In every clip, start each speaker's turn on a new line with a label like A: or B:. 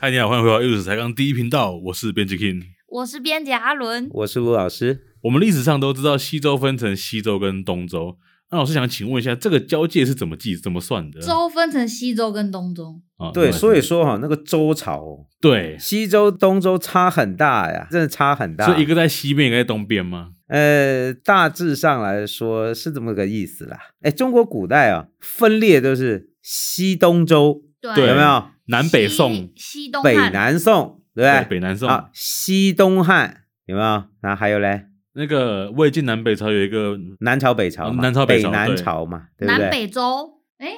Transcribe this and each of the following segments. A: 嗨，你好，欢迎回到《历史才刚》第一频道，我是编辑 King。
B: 我是编辑阿伦，
C: 我是陆老师。
A: 我们历史上都知道西周分成西周跟东周，那老师想请问一下，这个交界是怎么计、怎么算的？
B: 周分成西周跟东周，
A: 啊，
C: 对，所以
A: 以
C: 说哈、那个周朝、哦，
A: 对，
C: 西周、东周差很大呀，真的差很大。
A: 所以一个在西边，一个在东边吗？
C: 呃，大致上来说是这么个意思啦。哎，中国古代啊，分裂都是西东周，
B: 对
A: 对
C: 有没有？
A: 南北宋，
B: 西西东
C: 北
B: 汉
C: 南宋，对
A: 对，
C: 不对？
A: 北南宋，
C: 啊，西东汉有没有？那还有嘞，
A: 那个魏晋南北朝有一个
C: 南朝、北朝嘛，
A: 哦南朝北
C: 北
A: 朝对
C: 南朝嘛，对不对？
B: 南北周，哎，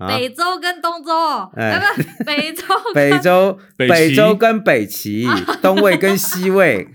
C: 啊
B: 北周跟东周，哎
C: 哎
B: 不，北周
C: 北周、
A: 北
C: 北
A: 齐
C: 周跟北齐，
B: 啊
C: 东魏跟西 魏，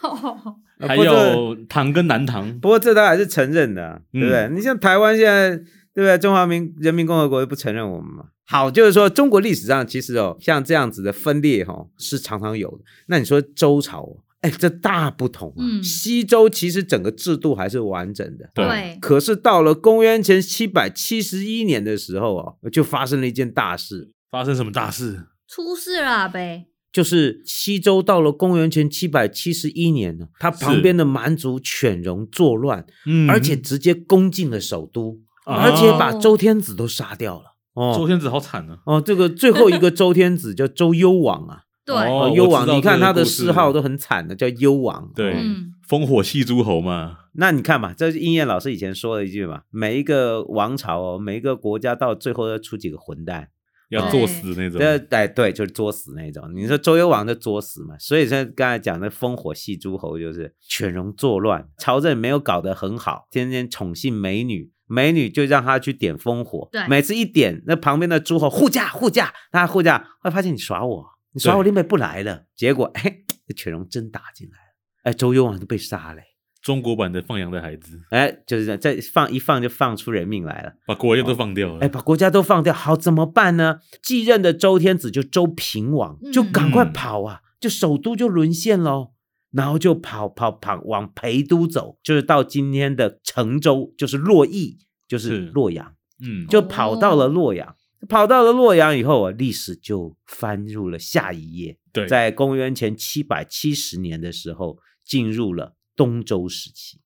B: 哦
C: 呃
A: 还
C: 不过
A: 有唐跟南唐，
C: 不过这他还是承认的啊，对不对？
A: 嗯
C: 你像台湾现在，对不对？中华民人民共和国就不承认我们嘛。好，就是说中国历史上其实哦，像这样子的分裂哦，是常常有的。那你说周朝哦，哎，这大不同啊。
B: 嗯
C: 西周其实整个制度还是完整的。
B: 对，
C: 可是到了公元前七百七十一年的时候哦，就发生了一件大事，
A: 发生什么大事？
B: 出事了呗，
C: 就是西周到了公元前七百七十一年呢，它旁
A: 是
C: 边的蛮族犬戎作乱，
A: 嗯
C: 而且直接攻进了首都。
A: 啊
C: 而且把周天子都杀掉了。
A: 周
C: 哦
A: 天子好惨啊！
C: 哦，这个最后一个周天子叫周幽王啊，
B: 对，
A: 哦
C: 幽
A: 我
C: 王，
A: 知道
C: 你看他
A: 这个
C: 的
A: 故事
C: 谥号都很惨的，叫幽王。
A: 对
C: 哦
B: 嗯，
A: 烽火戏诸侯嘛，
C: 那你看嘛，这是应验老师以前说的一句嘛，每一个王朝哦，每一个国家到最后要出几个混蛋，
A: 要作死那种。
C: 这哎对，就是作死那种。你说周幽王就作死嘛，所以说刚才讲的烽火戏诸侯就是犬戎作乱，朝政没有搞得很好，天天宠幸美女，美女就让他去点烽火，
B: 对
C: 每次一点，那旁边的诸侯护驾护驾，他护驾，会发现你耍我，你耍我林北不来了，结果哎，这犬戎真打进来了，哎，周幽王就被杀了。
A: 中国版的放羊的孩子，
C: 哎，就是这样再放一放就放出人命来了，
A: 把国家都放掉了
C: 哎，。把国家都放掉，好怎么办呢？继任的周天子就周平王，就赶快
A: 嗯
C: 跑啊，就首都就沦陷喽，然后就跑跑跑往陪都走，就是到今天的成州，就是洛邑，就是
A: 是
C: 洛阳，
A: 嗯，
C: 就跑到了洛阳。跑到了洛阳以后啊，历史就翻入了下一页，
A: 对，
C: 在公元前七百七十年的时候，进入了东周时期。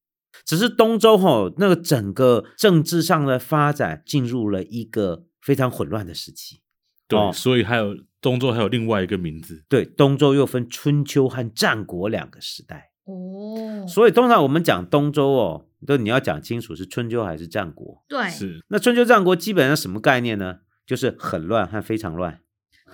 C: 只是东周吼、那个整个政治上的发展进入了一个非常混乱的时期。
A: 对，
C: 哦
A: 所以还有东周还有另外一个名字，
C: 对，东周又分春秋和战国两个时代，
B: 哦，
C: 所以通常我们讲东周哦，都你要讲清楚是春秋还是战国。
B: 对，
A: 是
C: 那春秋战国基本上什么概念呢？就是很乱和非常乱，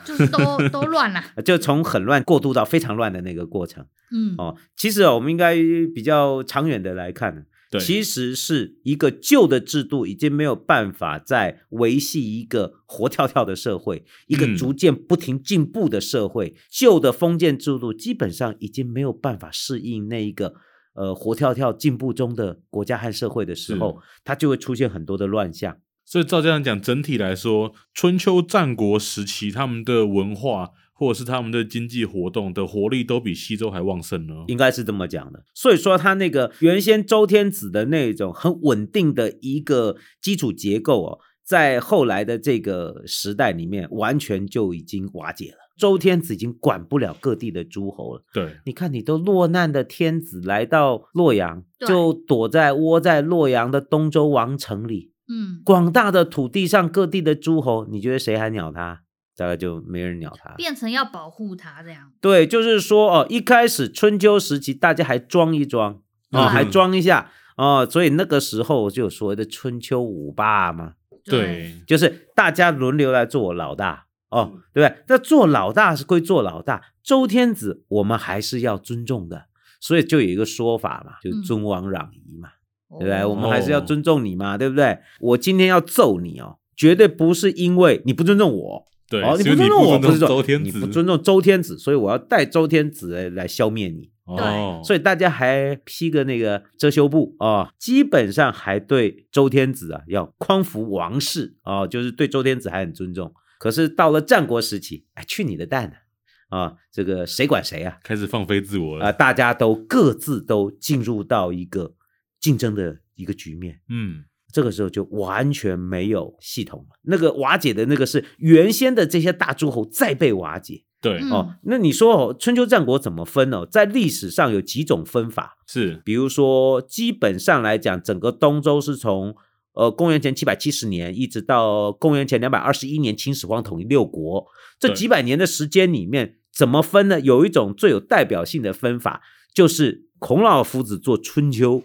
B: 就 是都都乱啊了，
C: 就从很乱过渡到非常乱的那个过程。
B: 嗯，
C: 哦，其实哦，我们应该比较长远的来看呢，
A: 对，
C: 其实是一个旧的制度已经没有办法再维系一个活跳跳的社会，一个
A: 嗯
C: 逐渐不停进步的社会。旧的封建制度基本上已经没有办法适应那一个呃活跳跳进步中的国家和社会的时候，它就会出现很多的乱象。
A: 所以照这样讲，整体来说，春秋战国时期他们的文化或者是他们的经济活动的活力都比西周还旺盛呢。
C: 应该是这么讲的。所以说，他那个原先周天子的那种很稳定的一个基础结构哦，在后来的这个时代里面，完全就已经瓦解了。周天子已经管不了各地的诸侯了。
A: 对，
C: 你看，你都落难的天子来到洛阳，
B: 对
C: 就躲在窝在洛阳的东周王城里。
B: 嗯，
C: 广大的土地上各地的诸侯，你觉得谁还鸟他？大概就没人鸟他了。
B: 变成要保护他这样，
C: 对，就是说哦，一开始春秋时期大家还装一装
A: 嗯
C: 哦，还装一下哦，所以那个时候就有所谓的春秋五霸嘛，
B: 对，
A: 对，
C: 就是大家轮流来做老大
A: 嗯
C: 哦，对不对？那做老大是归做老大，周天子我们还是要尊重的，所以就有一个说法嘛，就是
B: 嗯
C: 尊王攘夷嘛。
B: 对
C: 对不对？我们还是要
A: 哦
C: 尊重你嘛，对不对？我今天要揍你哦，绝对不是因为你不尊重我，
A: 对
C: 哦，
A: 所
C: 你
A: 以
C: 不
A: 你
C: 尊重我，
A: 不尊
C: 是说
A: 周天
C: 你
A: 子，
C: 不尊重周天子，所以我要带周天子来来消灭你。
A: 哦，
C: 所以大家还披个那个遮羞布啊、哦，基本上还对周天子啊要匡扶王室啊、哦，就是对周天子还很尊重。可是到了战国时期，哎，去你的蛋啊！啊、这个谁管谁啊？
A: 开始放飞自我
C: 啊、
A: 了。
C: 大家都各自都进入到一个竞争的一个局面。
A: 嗯，
C: 这个时候就完全没有系统了。那个瓦解的那个是原先的这些大诸侯再被瓦解
A: 对，
B: 嗯
C: 哦。那你说哦，春秋战国怎么分哦？在历史上有几种分法，
A: 是
C: 比如说基本上来讲，整个东周是从呃公元前七百七十年一直到公元前两百二十一年秦始皇统一六国，这
A: 对
C: 几百年的时间里面怎么分呢？有一种最有代表性的分法就是孔老夫子做《春秋》。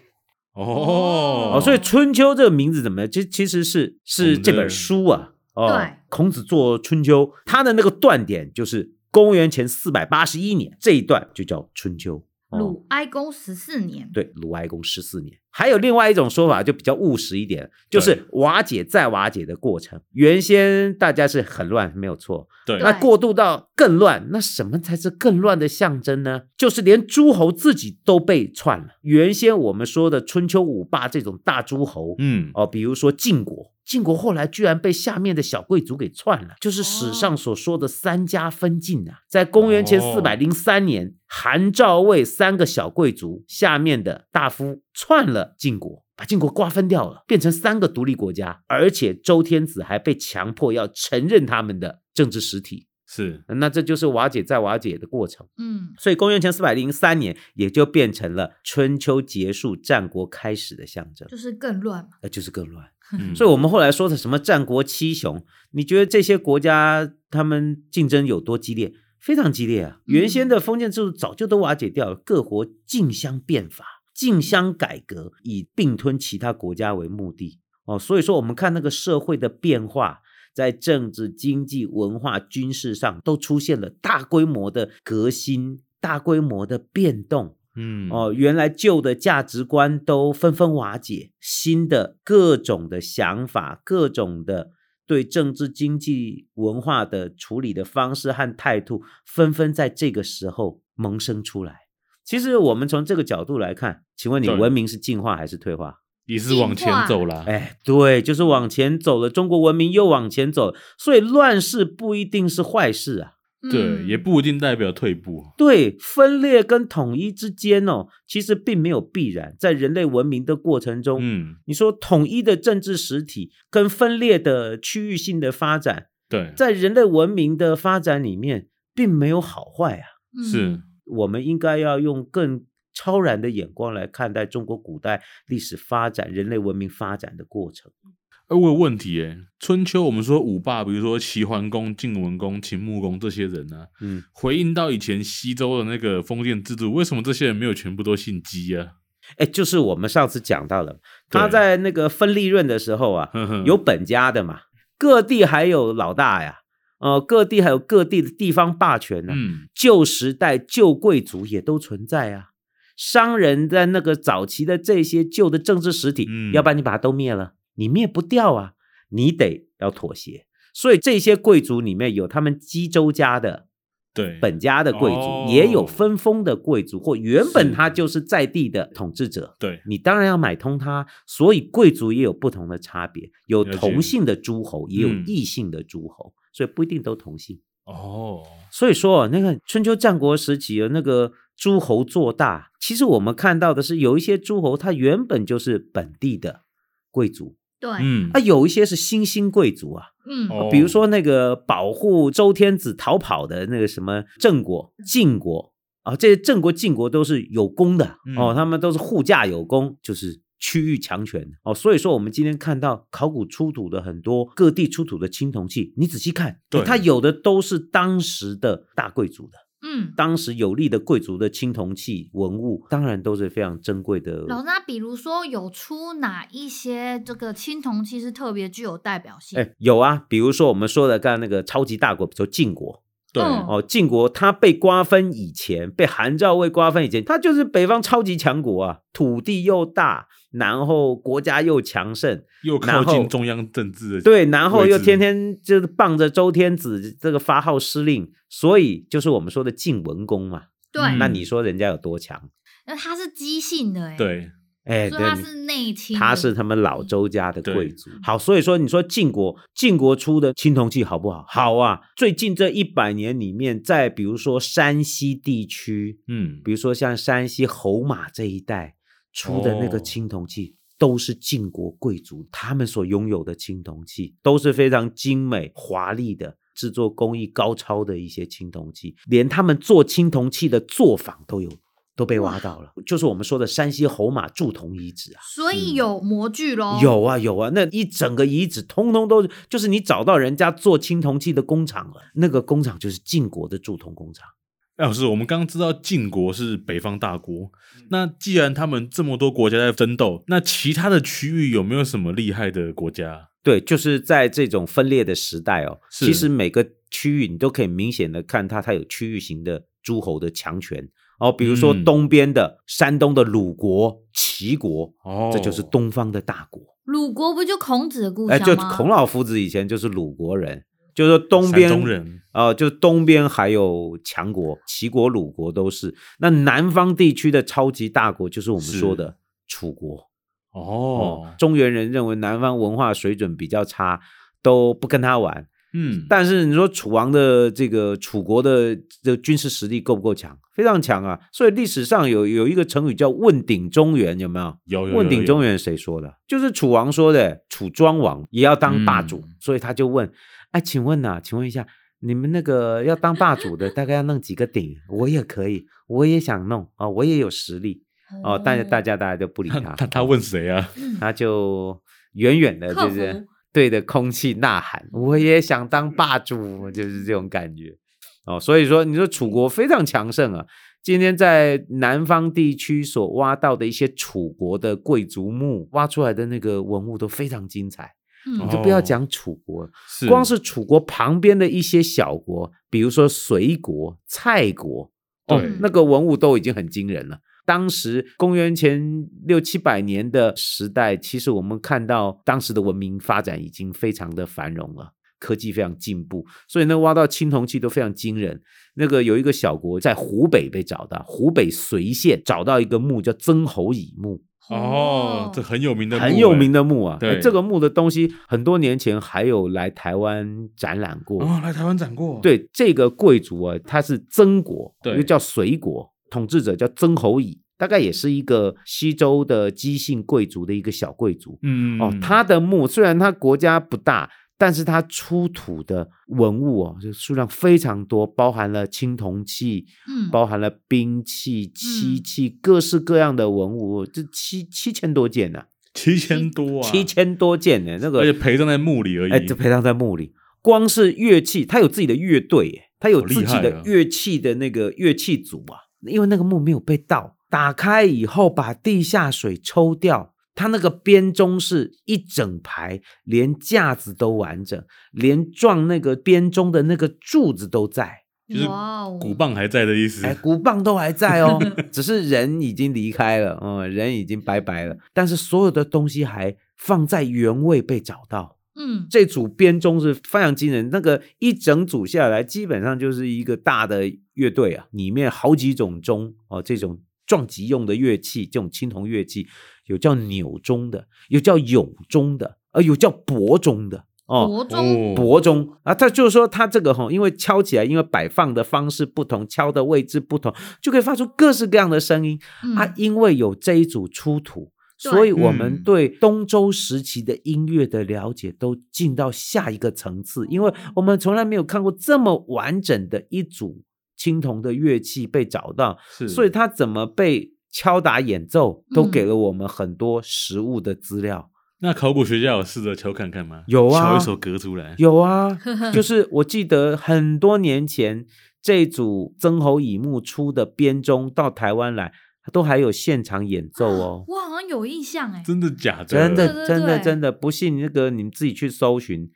A: 哦
C: 哦，所以《春秋》这个名字怎么？其其实是
A: 我
C: 是
A: 们
C: 这
A: 的
C: 本书啊，哦
B: 对，
C: 孔子做《春秋》，他的那个断点就是公元前四百八十一年这一段就叫《春秋》。哦，
B: 鲁哀公十四年，
C: 对，鲁哀公十四年。还有另外一种说法，就比较务实一点，就是瓦解再瓦解的过程。原先大家是很乱，没有错，
A: 对
C: 那过渡到更乱，那什么才是更乱的象征呢？就是连诸侯自己都被篡了。原先我们说的春秋五霸这种大诸侯，
A: 嗯
C: 哦，比如说晋国，晋国后来居然被下面的小贵族给篡了，就是史上所说的三家分晋啊。在公元前四
A: 哦
C: 百零三年，韩、赵、魏三个小贵族下面的大夫篡了晋国。把晋国瓜分掉了，变成三个独立国家，而且周天子还被强迫要承认他们的政治实体， 嗯
A: 是
C: 那这就是瓦解再瓦解的过程。
B: 嗯，
C: 所以公元前四百零三年，也就变成了春秋结束、战国开始的象征，
B: 就是更乱嘛。
C: 那就是更乱。
A: 嗯
C: 所以我们后来说的什么战国七雄，你觉得这些国家他们竞争有多激烈？非常激烈啊！原先的封建制度早就都瓦解掉了，各国竞相变法、竞相改革，以并吞其他国家为目的。哦，所以说我们看那个社会的变化，在政治、经济、文化、军事上都出现了大规模的革新、大规模的变动。
A: 嗯
C: 哦，原来旧的价值观都纷纷瓦解，新的各种的想法、各种的对政治、经济、文化的处理的方式和态度，纷纷在这个时候萌生出来。其实我们从这个角度来看，请问你
A: 对
C: 文明是进化还是退化？
A: 也是往前走啦，
C: 哎，对，就是往前走了，中国文明又往前走了，所以乱世不一定是坏事啊。
A: 对，
B: 嗯
A: 也不一定代表退步，
C: 对，分裂跟统一之间哦，其实并没有必然，在人类文明的过程中，
A: 嗯，
C: 你说统一的政治实体跟分裂的区域性的发展，
A: 对，
C: 在人类文明的发展里面，并没有好坏啊。
B: 嗯
A: 是，
C: 我们应该要用更超然的眼光来看待中国古代历史发展、人类文明发展的过程。
A: 哎，我有问题耶。春秋我们说五霸，比如说齐桓公、晋文公、秦穆公这些人呢、
C: 嗯，
A: 回应到以前西周的那个封建制度，为什么这些人没有全部都姓姬啊？
C: 哎，就是我们上次讲到了，他
A: 对嗯
C: 在那个分利润的时候啊，
A: 呵呵
C: 有本家的嘛，各地还有老大呀，呃，各地还有各地的地方霸权呢、
A: 嗯，
C: 旧时代旧贵族也都存在啊。商人在那个早期的这些旧的政治实体，
A: 嗯
C: 要不然你把它都灭了，你灭不掉啊，你得要妥协。所以这些贵族里面有他们姬周家的
A: 对，
C: 本家的贵族，
A: 哦
C: 也有分封的贵族，或原
A: 是
C: 本他就是在地的统治者。
A: 对，
C: 你当然要买通它，所以贵族也有不同的差别，有
A: 了解
C: 同姓的诸侯，也有
A: 嗯
C: 异姓的诸侯，所以不一定都同姓。
A: 哦，
C: 所以说，啊那个春秋战国时期的那个诸侯做大，其实我们看到的是有一些诸侯，他原本就是本地的贵族，
B: 对，
A: 嗯
C: 啊，，有一些是新兴贵族啊，
B: 嗯，
A: 哦
C: 比如说那个保护周天子逃跑的那个什么郑国、
A: 嗯
C: 晋国啊，这些郑国、晋国都是有功的
A: 嗯
C: 哦，他们都是护驾有功，就是。区域强权哦，所以说我们今天看到考古出土的很多各地出土的青铜器，你仔细看，
A: 对
C: 它有的都是当时的大贵族的，
B: 嗯，
C: 当时有力的贵族的青铜器文物，当然都是非常珍贵的。
B: 老师，那比如说有出哪一些这个青铜器是特别具有代表性？
C: 哎，有啊，比如说我们说的刚才那个超级大国，比如说晋国，
A: 对，
B: 嗯
C: 哦，晋国它被瓜分以前，被韩赵魏瓜分以前，它就是北方超级强国啊，土地又大，然后国家又强盛，
A: 又靠
C: 嗯然后
A: 近中央政治的，，
C: 对，然后
A: 位
C: 又
A: 置
C: 天天就是傍着周天子这个发号施令，所以就是我们说的晋文公嘛。
B: 对，
A: 嗯
C: 那你说人家有多强？
B: 那它是姬姓的、哎，，
A: 对，
C: 哎，
B: 所
C: 对
B: 以它
C: 你
B: 是嗯内亲的，
C: 他是他们老周家的
A: 对
C: 贵族。好，所以说你说晋国，晋国出的青铜器好不好？好啊！最近这一百年里面，在比如说山西地区，
A: 嗯，
C: 比如说像山西侯马这一带出的那个
A: 哦
C: 青铜器，都是晋国贵族他们所拥有的青铜器，都是非常精美华丽的。制作工艺高超的一些青铜器，连他们做青铜器的作坊都有，都被挖到了，就是我们说的山西侯马铸铜遗址啊。
B: 所以
C: 嗯
B: 有模具喽。
C: 有啊有啊，那一整个遗址通通都是，就是你找到人家做青铜器的工厂了，那个工厂就是晋国的铸铜工厂。
A: 哎，老师，我们刚刚知道晋国是北方大国，那既然他们这么多国家在争斗，那其他的区域有没有什么厉害的国家？
C: 对，就是在这种分裂的时代哦，
A: 是
C: 其实每个区域你都可以明显的看它，它有区域型的诸侯的强权哦，比如说
A: 嗯
C: 东边的、山东的鲁国、齐国，
A: 哦
C: 这就是东方的大国。
B: 鲁国不就孔子的故乡
C: 哎，
B: 吗？
C: 就孔老夫子以前就是鲁国人，就是说东边
A: 山东人，
C: 呃，就是东边还有强国，齐国、鲁国都是。那南方地区的超级大国就是我们
A: 是
C: 说的楚国
A: 哦，
C: 中原人认为南方文化水准比较差，都不跟他玩。
A: 嗯，
C: 但是你说楚王的这个楚国的这个军事实力够不够强？非常强啊！所以历史上有有一个成语叫“问鼎中原”，有没有？
A: 有有有
C: 问鼎
A: 有
C: 中原谁说的？就是楚王说的，楚庄王也要当霸主，
A: 嗯
C: 所以他就问：“哎，请问呐、请问一下，你们那个要当霸主的，大 概要弄几个鼎？我也可以，我也想弄啊、我也有实力哦。大家大
B: 家
C: 家大家就不理他，
A: 他他问谁啊？
C: 他就远远
B: 嗯
C: 的，
B: 克
C: 就是
B: 服。
C: 对着空气呐喊：“我也想当霸主！”就是这种感觉哦。所以说，你说楚国非常强盛啊。今天在南方地区所挖到的一些楚国的贵族墓，挖出来的那个文物都非常精彩。
B: 嗯
A: 哦
C: 你就不要讲楚国了，
A: 是
C: 光是楚国旁边的一些小国，比如说隋国、蔡国，哦
A: 对，
C: 那个文物都已经很惊人了。当时公元前六七百年的时代，其实我们看到当时的文明发展已经非常的繁荣了，科技非常进步，所以呢，挖到青铜器都非常惊人。那个有一个小国在湖北被找到，湖北随县找到一个墓叫曾侯乙墓，
A: 哦，这很有名的墓，
C: 很有名
A: 的
C: 的墓啊。
A: 对
C: 哎这个墓的东西很多年前还有来台湾展览过。
A: 哦，来台湾展过，，
C: 对，这个贵族啊，他是曾国，
A: 对
C: 又叫隋国，统治者叫曾侯乙，大概也是一个西周的姬姓贵族的一个小贵族。
A: 嗯，
C: 哦，他的墓虽然他国家不大。但是他出土的文物哦，就数量非常多，包含了青铜器，
B: 嗯，
C: 包含了兵器、漆器，各式各样的文物，这七七千多件呢、
A: 七千多啊，
C: 七，千多件呢，那个
A: 而且陪葬在墓里而已，
C: 哎，就陪葬在墓里。光是乐器，他有自己的乐队耶，他有
A: 好
C: 自
A: 厉
C: 己
A: 害
C: 的
A: 啊
C: 乐器的那个乐器组啊。因为那个墓没有被盗，打开以后把地下水抽掉，它那个编钟是一整排，连架子都完整，连撞那个编钟的那个柱子都在，
A: 就是
B: 哇哦，
A: 鼓棒还在的意思
C: 哎，，鼓棒都还在 哦，只是人已经离开了，嗯，人已经拜拜了，但是所有的东西还放在原位被找到。
B: 嗯，
C: 这组编钟是非常惊人，那个一整组下来，基本上就是一个大的乐队啊，里面好几种钟哦，这种撞击用的乐器，这种青铜乐器，有叫钮钟的，有叫俑钟的，呃，有叫铂钟的哦。
B: 国中
C: 铂钟啊，它就是说它这个哈，因为敲起来，因为摆放的方式不同，敲的位置不同，就可以发出各式各样的声音。
B: 嗯
C: 啊，因为有这一组出土，
B: 对
C: 所以我们
A: 嗯
C: 对东周时期的音乐的了解都进到下一个层次，因为我们从来没有看过这么完整的一组青铜的乐器被找到，
A: 是，
C: 所以它怎么被敲打演奏，都给
B: 嗯
C: 了我们很多实物的资料。
A: 那考古学家有试着敲看看吗？
C: 有啊
A: 敲一首歌出来，
C: 有啊，就是我记得很多年前这组曾侯乙墓出的编钟到台湾来，都还有现场演奏哦。
B: 我好像有印象哎，
A: 真的假的？
C: 真的，
B: 对
C: 真的，
B: 对
C: 真的，不信那个你们自己去搜寻，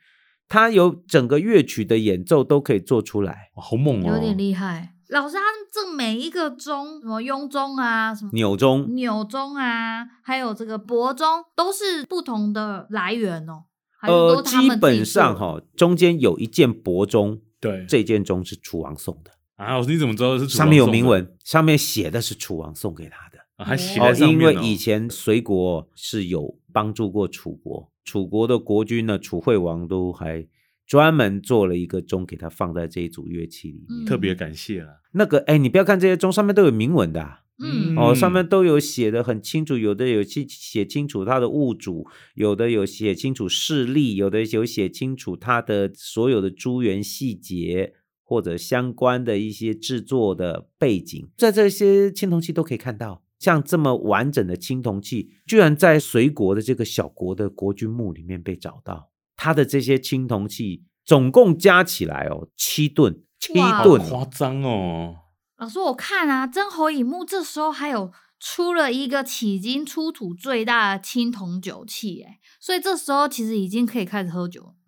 C: 它有整个乐曲的演奏都可以做出来。
A: 哇好猛哦，
B: 有点厉害。老师，他这每一个钟，什么雍钟啊，什么
C: 钮钟，
B: 钮钟啊，还有这个铂钟，都是不同的来源哦。还是
C: 呃，
B: 都是他
C: 基
B: 们自己
C: 本上哈、
B: 做
C: 中间有一件帛钟，
A: 对，
C: 这件钟是楚王送的，
A: 啊，你怎么知道是楚王
C: 上面有
A: 送的
C: 铭，文，上面写的是楚王送给他的。
A: 啊还写
B: 哦
A: 在上
C: 因
A: 面哦，
C: 为以前隋国是有帮助过楚国，楚国的国君呢，楚惠王都还专门做了一个钟给他放在这一组乐器里
B: 嗯
C: 面。
A: 特别感谢了，
C: 那个，哎，你不要看这些钟上面都有铭文的啊、
B: 嗯，
C: 哦，上
A: 嗯
C: 面都有写的很清楚，有的有写写清楚它的物主，有的有写清楚事例，有的有写清楚它的所有的诸元细节或者相关的一些制作的背景，在这些青铜器都可以看到。像这么完整的青铜器，居然在隋国的这个小国的国君墓里面被找到。它的这些青铜器总共加起来哦，七吨，七
B: 哇
A: 好
C: 吨哦，
A: 夸张哦。
B: 老师，我看啊，曾侯乙墓这时候还有出了一个迄今出土最大的青铜酒器，哎，所以这时候其实已经可以开始喝酒了。
C: 嗯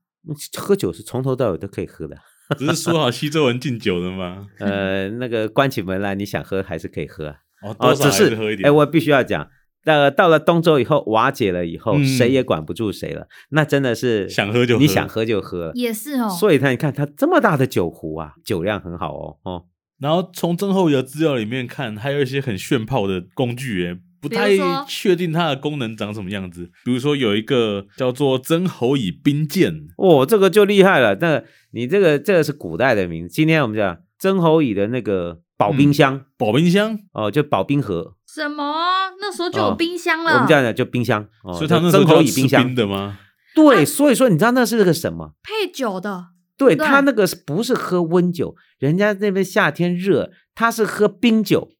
C: 喝酒是从头到尾都可以喝的。
A: 只是说好西周人敬酒的吗？
C: 呃，那个关起门来，你想喝还是可以喝啊。
A: 哦，
C: 哦，
A: 多少
C: 只
A: 还
C: 是
A: 喝一点。
C: 哎，我必须要讲，呃，到了东周以后，瓦解了以后，
A: 嗯
C: 谁也管不住谁了，那真的是
A: 想喝就
C: 你
A: 喝
C: 想喝就喝。
B: 也是哦，
C: 所以他，你看他这么大的酒壶啊，酒量很好哦，哦，
A: 然后从曾后的资料里面看，还有一些很炫炮的工具耶，不
B: 比
A: 太
B: 如说
A: 确定它的功能长什么样子。比如说有一个叫做曾侯乙兵剑，
C: 哦，这个就厉害了。那你这个这个是古代的名字，今天我们讲曾侯乙的那个保冰箱、
A: 保冰箱，
C: 哦，就保冰盒，
B: 什么？那时候就有
C: 哦
B: 冰箱了。
C: 我们这样讲就冰箱，哦，
A: 所以他
C: 就
A: 那时候
C: 曾
A: 就要
C: 侯乙
A: 吃
C: 冰箱
A: 冰的吗？
C: 对，所以说你知道那是个什么？
B: 配酒的，
C: 对
B: 对
C: 他那个是不是喝温酒？人家那边夏天热，他是喝冰酒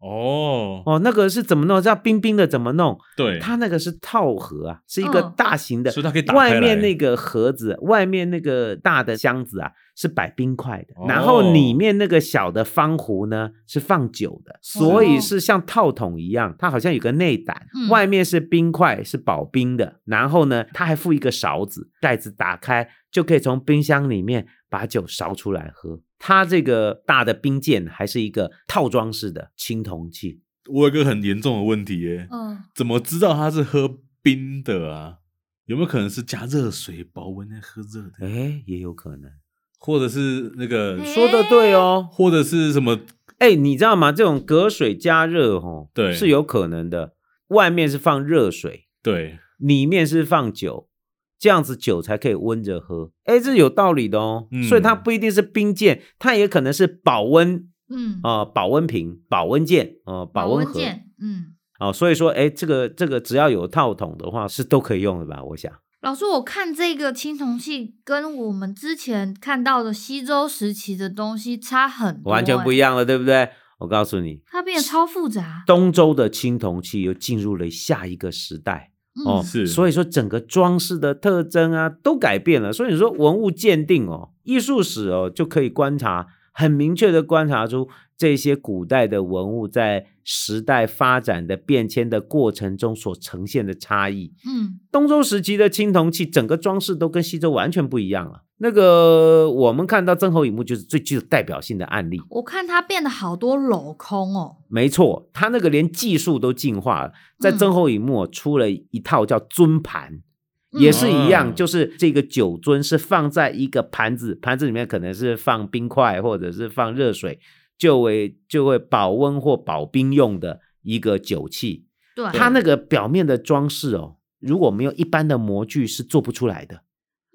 A: 哦，
C: 哦。那个是怎么弄？这样冰冰的怎么弄？
A: 对，
C: 他那个是套盒啊，是一个
B: 嗯
C: 大型的，
A: 所以它可以打开
C: 外
A: 来
C: 面那个盒子，外面那个大的箱子啊是摆冰块的，然后里
A: 哦
C: 面那个小的方壶呢是放酒的，所以
B: 哦
C: 是像套筒一样，它好像有个内胆，
B: 嗯
C: 外面是冰块是保冰的，然后呢它还附一个勺子，盖子打开就可以从冰箱里面把酒勺出来喝。它这个大的冰剑还是一个套装式的青铜器，
A: 我有一个很严重的问题耶，
C: 哦
B: 嗯，
A: 怎么知道他是喝冰的啊？有没有可能是加热水保温在喝热的，
C: 哎，也有可能。
A: 或者是那个，
B: 诶
C: 说的对哦，
A: 或者是什么？
C: 哎、你知道吗？这种隔水加热，哦，
A: 对
C: 是有可能的。外面是放热水，
A: 对，
C: 里面是放酒，这样子酒才可以温着喝。哎，这有道理的哦。
A: 嗯
C: 所以它不一定是冰剑，它也可能是保温
B: 嗯，
C: 啊、呃保温瓶、保温剑啊、呃
B: 保
C: 保温盒啊、
B: 键，嗯。
C: 哦所以说，哎，这个这个只要有套筒的话，是都可以用的吧？我想。
B: 老师，我看这个青铜器跟我们之前看到的西周时期的东西差很多、
C: 完全不一
B: 样，
C: 样了，对不对？我告诉你，
B: 它变得超复杂。
C: 东周的青铜器又进入了下一个时代。哦，
B: 嗯，
A: 是
C: 所以说整个装饰的特征啊都改变了。所以你说文物鉴定哦，艺术史哦就可以观察，很明确的观察出这些古代的文物在时代发展的变迁的过程中所呈现的差异。
B: 嗯，
C: 东周时期的青铜器整个装饰都跟西周完全不一样了。那个我们看到曾侯乙墓就是最具有代表性的案例。
B: 我看它变得好多镂空哦。
C: 没错，他那个连技术都进化了，在
B: 嗯
C: 曾侯乙墓哦出了一套叫尊盘，
B: 嗯
C: 也是一样，
A: 嗯
C: 就是这个酒樽是放在一个盘子，盘子里面可能是放冰块或者是放热水，就为就会保温或保冰用的一个酒器。
B: 对，
C: 它那个表面的装饰哦，如果没有一般的模具是做不出来的，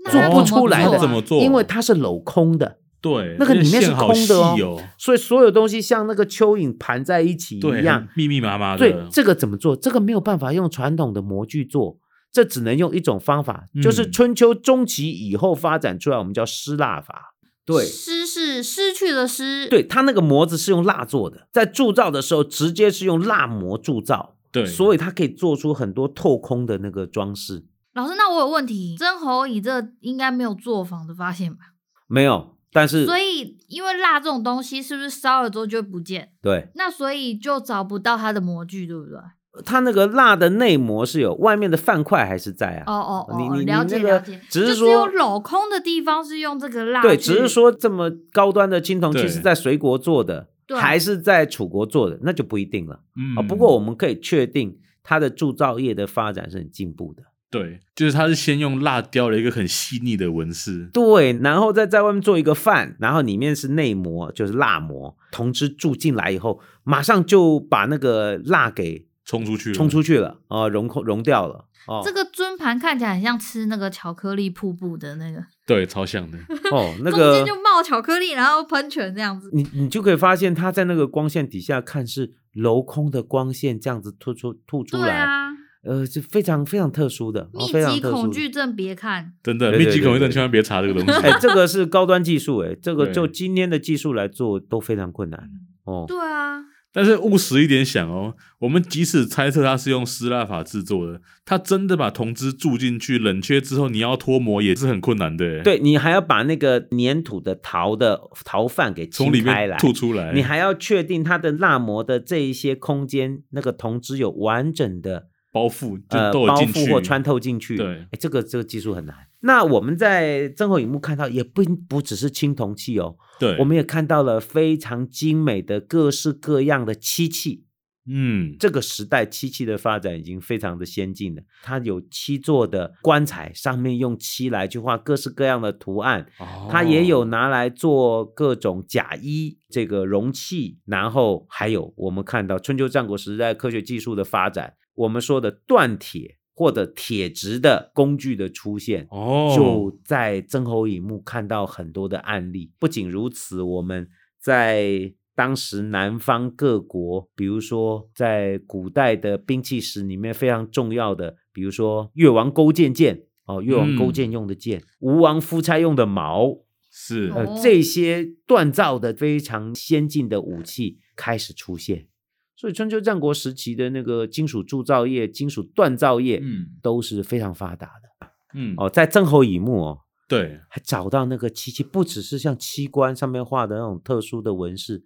B: 那
C: 做
B: 它
C: 不
B: 怎
C: 出
B: 么
C: 来
B: 做
A: 哦那
C: 的
B: 啊
A: 怎么做？哦
C: 因为它是镂空的，
A: 对
C: 那个里面是
A: 线好
C: 空的哦
A: 细哦
C: 所以所有东西像那个蚯蚓盘在一起
A: 对，
C: 一样
A: 很，密密麻麻的，
C: 对，这个怎么做？这个没有办法用传统的模具做，这只能用一种方法，就是
A: 嗯
C: 春秋中期以后发展出来，我们叫失蜡法。对
B: 失是失去的失，
C: 对，它那个模子是用蜡做的，在铸造的时候直接是用蜡模铸造，
A: 对，
C: 所以它可以做出很多透空的那个装饰。
B: 老师，那我有问题，曾侯乙这应该没有做仿的发现吧？
C: 没有，但是
B: 所以，因为蜡这种东西是不是烧了之后就会不见？
C: 对
B: 那所以就找不到它的模具，对不对？哦
C: 它那个蜡的内膜是有，外面的范块还是在啊。
B: 哦哦，
C: 你
B: 哦
C: 你
B: 了
C: 你
B: 解
C: 那个
B: 了解，
C: 只
B: 就
C: 是说
B: 有镂空的地方是用这个蜡去，
C: 对，只是说这么高端的青铜器
A: 对
C: 是在隋国做的，
B: 对
C: 还是在楚国做的，那就不一定了。
A: 嗯
C: 啊，不过我们可以确定，它的铸造业的发展是很进步的。
A: 对，就是他是先用蜡雕了一个很细腻的纹饰，
C: 对，然后再在外面做一个饭，然后里面是内膜，就是蜡膜，铜汁注进来以后，马上就把那个蜡给
A: 冲出去，
C: 冲，出去了，啊、融空融掉了。哦，
B: 这个尊盘看起来很像吃那个巧克力瀑布的那个，
A: 对，超像 的，
C: 哦，那
B: 中
C: 个
B: 间就冒巧克力，然后喷泉这样子。
C: 你你就可以发现，它在那个光线底下看是镂空的光线这样子突出吐出
B: 对
C: 来，
B: 啊，
C: 呃，是非常非常特殊的，哦
B: 密
C: 非常
B: 集
C: 特殊
B: 恐
C: 的
B: 惧症别看，
A: 真的
C: 对
A: 密
C: 对
A: 集
C: 对
A: 恐惧症
C: 对
A: 千万别查这个东
C: 哎、
A: 西。
C: 这个是高端技术哎、这个
A: 对
C: 就今天的技术来做都非常困难
B: 嗯
C: 哦。
B: 对啊，
A: 但是务实一点想哦，我们即使猜测它是用丝蜡法制作的，它真的把铜汁注进去冷却之后，你要脱模也是很困难的耶。
C: 对你还要把那个粘土的陶的陶饭给
A: 从
C: 清
A: 里
C: 开
A: 面
C: 来，
A: 吐出来，
C: 你还要确定它的蜡膜的这一些空间，那个铜汁有完整的
A: 包覆就
C: 呃
A: 都
C: 包
A: 有进去
C: 覆或穿透进去。
A: 对
C: 哎，这个这个技术很难。那我们在增厚影幕看到，也不不只是青铜器哦，
A: 对，
C: 我们也看到了非常精美的各式各样的漆器。
A: 嗯，
C: 这个时代漆器的发展已经非常的先进了，它有漆做的棺材，上面用漆来去画各式各样的图案，它也有
A: 哦
C: 拿来做各种假衣这个容器，然后还有我们看到春秋战国时代科学技术的发展，我们说的锻铁或者铁质的工具的出现。
A: 哦，
C: 就在曾侯乙墓看到很多的案例。不仅如此，我们在当时南方各国，比如说在古代的兵器史里面非常重要的，比如说越王勾践剑哦，越
A: 嗯
C: 王勾践用的剑，吴王夫差用的矛，
A: 是
B: 哦
C: 呃，这些锻造的非常先进的武器开始出现。所以春秋战国时期的那个金属铸造业、金属锻造业，
A: 嗯
C: 都是非常发达的。
A: 嗯
C: 哦，在曾侯乙墓哦，
A: 对，
C: 还找到那个漆器，不只是像器官上面画的那种特殊的纹饰，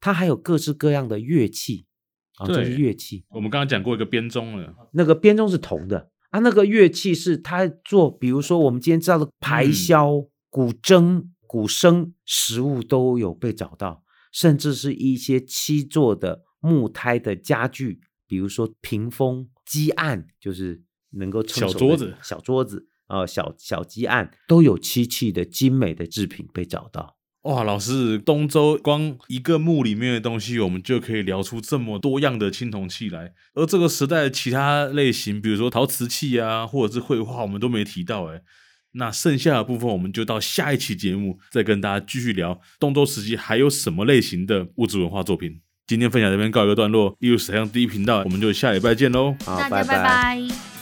C: 它还有各式各样的乐器啊，这是
A: 对
C: 乐器。
A: 我们刚刚讲过一个编钟了，
C: 那个编钟是铜的啊，那个乐器是它做，比如说我们今天知道的排
A: 嗯
C: 箫、古筝、古笙，实物都有被找到，甚至是一些漆做的木胎的家具，比如说屏风、鸡案，就是能够
A: 小
C: 撑手的
A: 桌子
C: 小桌子。啊、小小鸡案都有漆器的精美的制品被找到，
A: 哇，老师，东周光一个墓里面的东西，我们就可以聊出这么多样的青铜器来。而这个时代的其他类型，比如说陶瓷器啊，或者是绘画，我们都没提到哎、那剩下的部分，我们就到下一期节目再跟大家继续聊东周时期还有什么类型的物质文化作品。今天分享这边告一个段落，艺术史上第一频道，我们就下礼拜见喽。
C: 好，
B: 大家
C: 拜
B: 拜拜